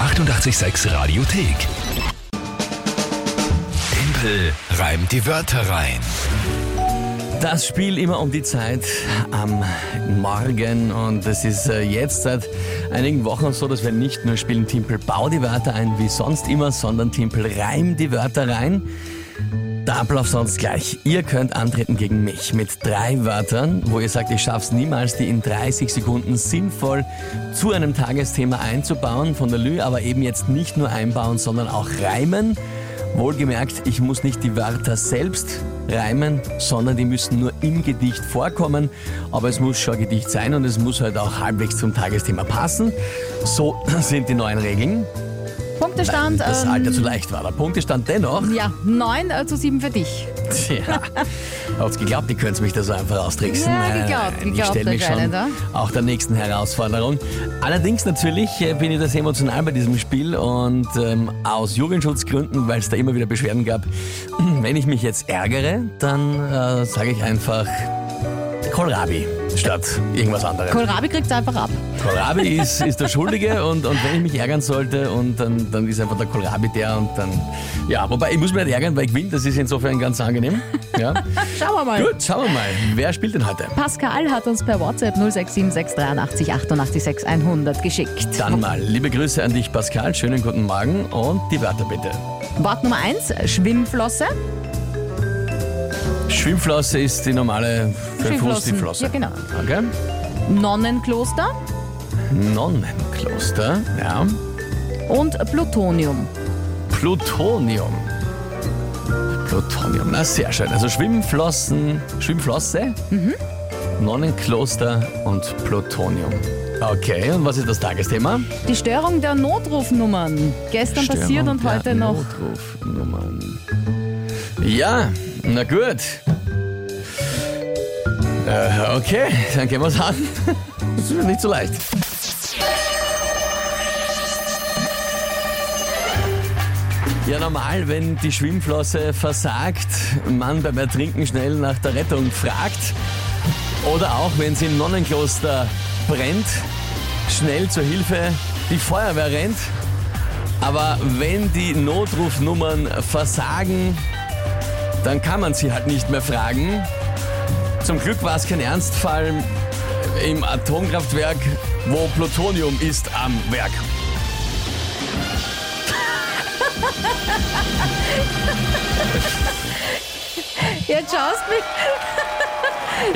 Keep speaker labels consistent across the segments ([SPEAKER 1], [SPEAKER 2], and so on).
[SPEAKER 1] 886 Radiothek. Tempel reimt die Wörter rein.
[SPEAKER 2] Das Spiel immer um die Zeit am Morgen und es ist äh, jetzt seit einigen Wochen so, dass wir nicht nur spielen Timpel bau die Wörter ein wie sonst immer, sondern Timpel reim die Wörter rein. Der Ablauf sonst gleich. Ihr könnt antreten gegen mich mit drei Wörtern, wo ihr sagt, ich schaff's niemals, die in 30 Sekunden sinnvoll zu einem Tagesthema einzubauen von der Lü, aber eben jetzt nicht nur einbauen, sondern auch reimen. Wohlgemerkt, ich muss nicht die Wörter selbst reimen, sondern die müssen nur im Gedicht vorkommen. Aber es muss schon ein Gedicht sein und es muss halt auch halbwegs zum Tagesthema passen. So sind die neuen Regeln.
[SPEAKER 3] Punktestand.
[SPEAKER 2] das
[SPEAKER 3] ähm,
[SPEAKER 2] Alter zu leicht war. Der Punktestand dennoch.
[SPEAKER 3] ja, 9 äh, zu 7 für dich.
[SPEAKER 2] Tja, habt's geglaubt, ihr könnt mich da so einfach austricksen.
[SPEAKER 3] Ja,
[SPEAKER 2] Nein, nein,
[SPEAKER 3] geglaubt,
[SPEAKER 2] nein, Ich
[SPEAKER 3] geglaubt
[SPEAKER 2] stelle mich schon
[SPEAKER 3] anscheinend,
[SPEAKER 2] auch der nächsten Herausforderung. Allerdings natürlich äh, bin ich das emotional bei diesem Spiel und ähm, aus Jugendschutzgründen, weil es da immer wieder Beschwerden gab, wenn ich mich jetzt ärgere, dann äh, sage ich einfach Kohlrabi statt irgendwas anderes.
[SPEAKER 3] Kohlrabi kriegt einfach ab.
[SPEAKER 2] Kohlrabi ist, ist der Schuldige und, und wenn ich mich ärgern sollte und dann, dann ist einfach der Kohlrabi der und dann, ja, wobei ich muss mich nicht ärgern, weil ich gewinne, das ist insofern ganz angenehm. Ja.
[SPEAKER 3] Schauen wir mal.
[SPEAKER 2] Gut, schauen wir mal, wer spielt denn heute?
[SPEAKER 3] Pascal hat uns per WhatsApp 0676 83 88 6100 geschickt.
[SPEAKER 2] Dann mal, liebe Grüße an dich Pascal, schönen guten Morgen und die Wörter bitte.
[SPEAKER 3] Wort Nummer 1, Schwimmflosse.
[SPEAKER 2] Schwimmflosse ist die normale für Fuß die
[SPEAKER 3] Schwimmflossen,
[SPEAKER 2] Flosse.
[SPEAKER 3] ja, genau.
[SPEAKER 2] Okay.
[SPEAKER 3] Nonnenkloster
[SPEAKER 2] Nonnenkloster, ja.
[SPEAKER 3] und Plutonium.
[SPEAKER 2] Plutonium. Plutonium, na sehr schön. Also Schwimmflossen, Schwimmflosse,
[SPEAKER 3] Mhm.
[SPEAKER 2] Nonnenkloster und Plutonium. Okay, und was ist das Tagesthema?
[SPEAKER 3] Die Störung der Notrufnummern. Gestern passiert und
[SPEAKER 2] der
[SPEAKER 3] heute noch.
[SPEAKER 2] Notrufnummern. Ja, na gut. Äh, okay, dann gehen wir es an. Das ist nicht so leicht. Ja, normal, wenn die Schwimmflosse versagt, man beim Ertrinken schnell nach der Rettung fragt. Oder auch, wenn sie im Nonnenkloster brennt, schnell zur Hilfe die Feuerwehr rennt. Aber wenn die Notrufnummern versagen, dann kann man sie halt nicht mehr fragen. Zum Glück war es kein Ernstfall im Atomkraftwerk, wo Plutonium ist am Werk.
[SPEAKER 3] Jetzt schaust mich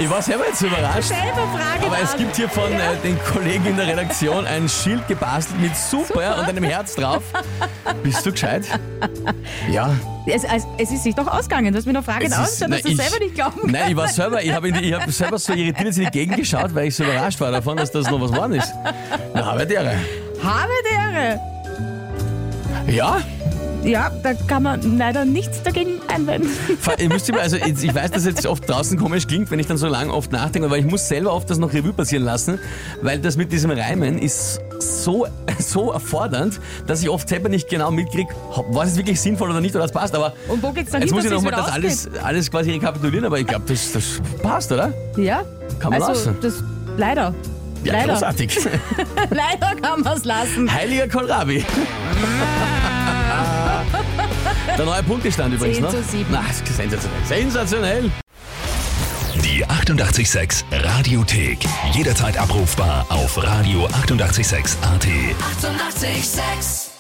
[SPEAKER 2] Ich war selber jetzt überrascht.
[SPEAKER 3] selber Fragen
[SPEAKER 2] Aber
[SPEAKER 3] an.
[SPEAKER 2] es gibt hier von äh, den Kollegen in der Redaktion ein Schild gebastelt mit Super, und einem Herz drauf. Bist du gescheit? Ja.
[SPEAKER 3] es, es, es ist sich doch ausgegangen. Du hast mir noch Fragen ausgestellt, dass
[SPEAKER 2] äh, nein,
[SPEAKER 3] du selber nicht glauben kannst.
[SPEAKER 2] Nein, ich war selber, ich habe ich hab selber so irritiert jetzt in die Gegend geschaut, weil ich so überrascht war davon, dass das noch was geworden ist. Na, habe die Ehre.
[SPEAKER 3] Habe die Ehre.
[SPEAKER 2] Ja,
[SPEAKER 3] Ja, da kann man leider nichts dagegen einwenden.
[SPEAKER 2] Fa- ich, müsste, immer- also ich, ich weiß, dass jetzt oft draußen komisch klingt, wenn ich dann so lange oft nachdenke, aber ich muss selber oft das noch Revue passieren lassen, weil das mit diesem Reimen ist so, so erfordernd, dass ich oft selber nicht genau mitkriege, war es wirklich sinnvoll oder nicht oder das passt, aber
[SPEAKER 3] Und wo geht's dann
[SPEAKER 2] jetzt
[SPEAKER 3] hin,
[SPEAKER 2] muss ich
[SPEAKER 3] dass
[SPEAKER 2] nochmal
[SPEAKER 3] es
[SPEAKER 2] das
[SPEAKER 3] wieder
[SPEAKER 2] alles, alles quasi rekapitulieren, aber ich glaube, das, das passt, oder?
[SPEAKER 3] Ja.
[SPEAKER 2] Kann man
[SPEAKER 3] also,
[SPEAKER 2] lassen.
[SPEAKER 3] das leider.
[SPEAKER 2] Ja,
[SPEAKER 3] leider.
[SPEAKER 2] großartig.
[SPEAKER 3] Leider kann man es lassen.
[SPEAKER 2] Heiliger Kohlrabi. Der neue Punktestand übrigens
[SPEAKER 3] 10
[SPEAKER 2] noch.
[SPEAKER 3] zu sieben.
[SPEAKER 2] Na, das ist sensationell. Sensationell.
[SPEAKER 1] Die 886 Radiothek. Jederzeit abrufbar auf radio886.at. 886! 886.
[SPEAKER 4] 886